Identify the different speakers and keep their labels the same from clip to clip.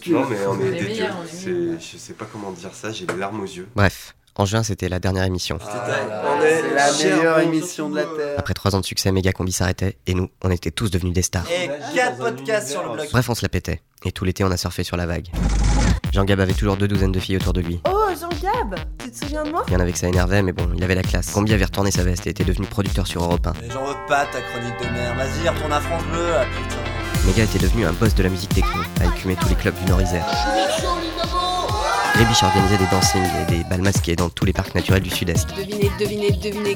Speaker 1: tu
Speaker 2: Non, mais on
Speaker 1: Les
Speaker 2: est des dieux.
Speaker 1: meilleurs, on est
Speaker 2: C'est-
Speaker 1: mignons.
Speaker 2: Je sais pas comment dire ça, j'ai les larmes aux yeux.
Speaker 3: Bref, en juin, c'était la dernière émission.
Speaker 1: là,
Speaker 4: on est
Speaker 1: c'est
Speaker 4: la
Speaker 1: cher,
Speaker 4: meilleure
Speaker 1: bon,
Speaker 4: émission de la
Speaker 1: surtout,
Speaker 4: Terre.
Speaker 3: Après trois ans de succès, Mega Combi s'arrêtait et nous, on était tous devenus des stars.
Speaker 4: Et
Speaker 1: Imagine
Speaker 4: quatre
Speaker 1: dans un
Speaker 4: podcasts sur le
Speaker 1: univers,
Speaker 4: blog.
Speaker 3: Bref, on se la pétait. Et tout l'été, on a surfé sur la vague. Jean-Gab avait toujours deux douzaines de filles autour de lui.
Speaker 5: Oh, Jean-Gab Tu te souviens de moi
Speaker 3: Il y en avait que ça énervait, mais bon, il avait la classe. Combi avait retourné sa veste et était devenu producteur sur Europe 1.
Speaker 4: Mais J'en veux pas ta chronique de merde. Vas-y, retourne à France Bleu. Ah putain.
Speaker 3: Mega était devenu un boss de la musique techno, a écumé tous les clubs du Nord-Isère. Rébiche organisait des dancings et des balles masquées dans tous les parcs naturels du Sud-Est.
Speaker 5: Devinez, devinez, devinez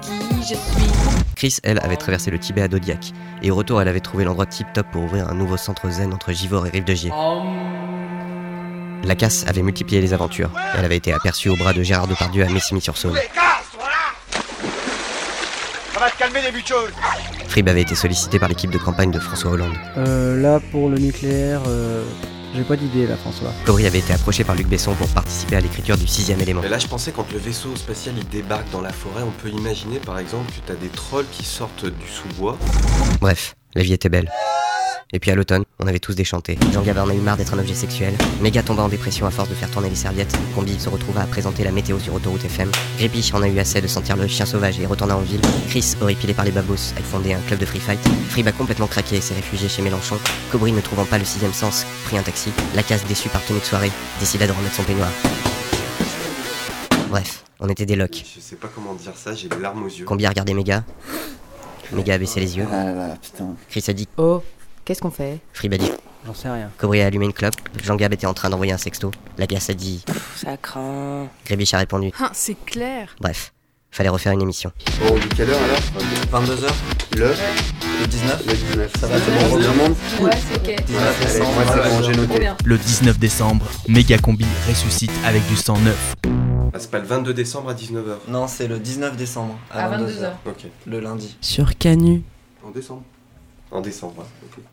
Speaker 5: qui je suis.
Speaker 3: Chris, elle, avait traversé le Tibet à Dodiac, et au retour, elle avait trouvé l'endroit tip-top pour ouvrir un nouveau centre zen entre Givor et Rive-de-Gier. La casse avait multiplié les aventures. et Elle avait été aperçue au bras de Gérard Depardieu à Messimy-sur-Saône. Frib avait été sollicité par l'équipe de campagne de François Hollande.
Speaker 6: Euh, là, pour le nucléaire, euh, j'ai pas d'idée là, François.
Speaker 3: Cory avait été approché par Luc Besson pour participer à l'écriture du sixième élément.
Speaker 2: Mais là, je pensais quand le vaisseau spatial il débarque dans la forêt, on peut imaginer par exemple que t'as des trolls qui sortent du sous-bois.
Speaker 3: Bref, la vie était belle. Et puis à l'automne, on avait tous déchanté. Jean-Gab en a eu marre d'être un objet sexuel. Méga tomba en dépression à force de faire tourner les serviettes. Combi se retrouva à présenter la météo sur autoroute FM. Grippiche en a eu assez de sentir le chien sauvage et retourna en ville. Chris, horripilé par les babos, a fondé un club de free fight. Frib a complètement craqué et s'est réfugié chez Mélenchon. Cobry ne trouvant pas le sixième sens, prit un taxi. La casse déçue par tenue de soirée, décida de remettre son peignoir. Bref, on était des locs.
Speaker 2: Je sais pas comment dire ça, j'ai les larmes aux yeux.
Speaker 3: Combi a regardé Méga. Méga a baissé les yeux.
Speaker 4: Ah là là, putain.
Speaker 3: Chris a dit,
Speaker 5: Oh, qu'est-ce qu'on fait
Speaker 3: Frib a dit
Speaker 6: J'en sais rien.
Speaker 3: Cobry a allumé une clope, Jean-Gab était en train d'envoyer un sexto. La glace a dit.
Speaker 5: Ça craint.
Speaker 3: Grébiche a répondu.
Speaker 7: Ah, c'est clair.
Speaker 3: Bref, fallait refaire une émission.
Speaker 8: Bon, on dit quelle heure alors
Speaker 4: 22h,
Speaker 8: Le
Speaker 4: le 19.
Speaker 8: Le 19. Ça
Speaker 4: va,
Speaker 8: va,
Speaker 4: c'est
Speaker 8: c'est
Speaker 4: bon,
Speaker 8: bon,
Speaker 4: on
Speaker 8: on remonte
Speaker 4: 19
Speaker 1: Ok.
Speaker 8: Allez,
Speaker 4: décembre.
Speaker 8: moi c'est bon, j'ai
Speaker 1: Trop
Speaker 8: noté.
Speaker 1: bien.
Speaker 9: Le 19 décembre, Megacombi ressuscite avec du sang neuf.
Speaker 2: Ah, c'est pas le 22 décembre à 19h.
Speaker 4: Non, c'est le 19 décembre à,
Speaker 1: À
Speaker 4: 22h,
Speaker 1: 22h.
Speaker 2: Ok,
Speaker 4: le lundi.
Speaker 7: Sur Canu.
Speaker 8: En décembre.
Speaker 2: en décembre. ouais.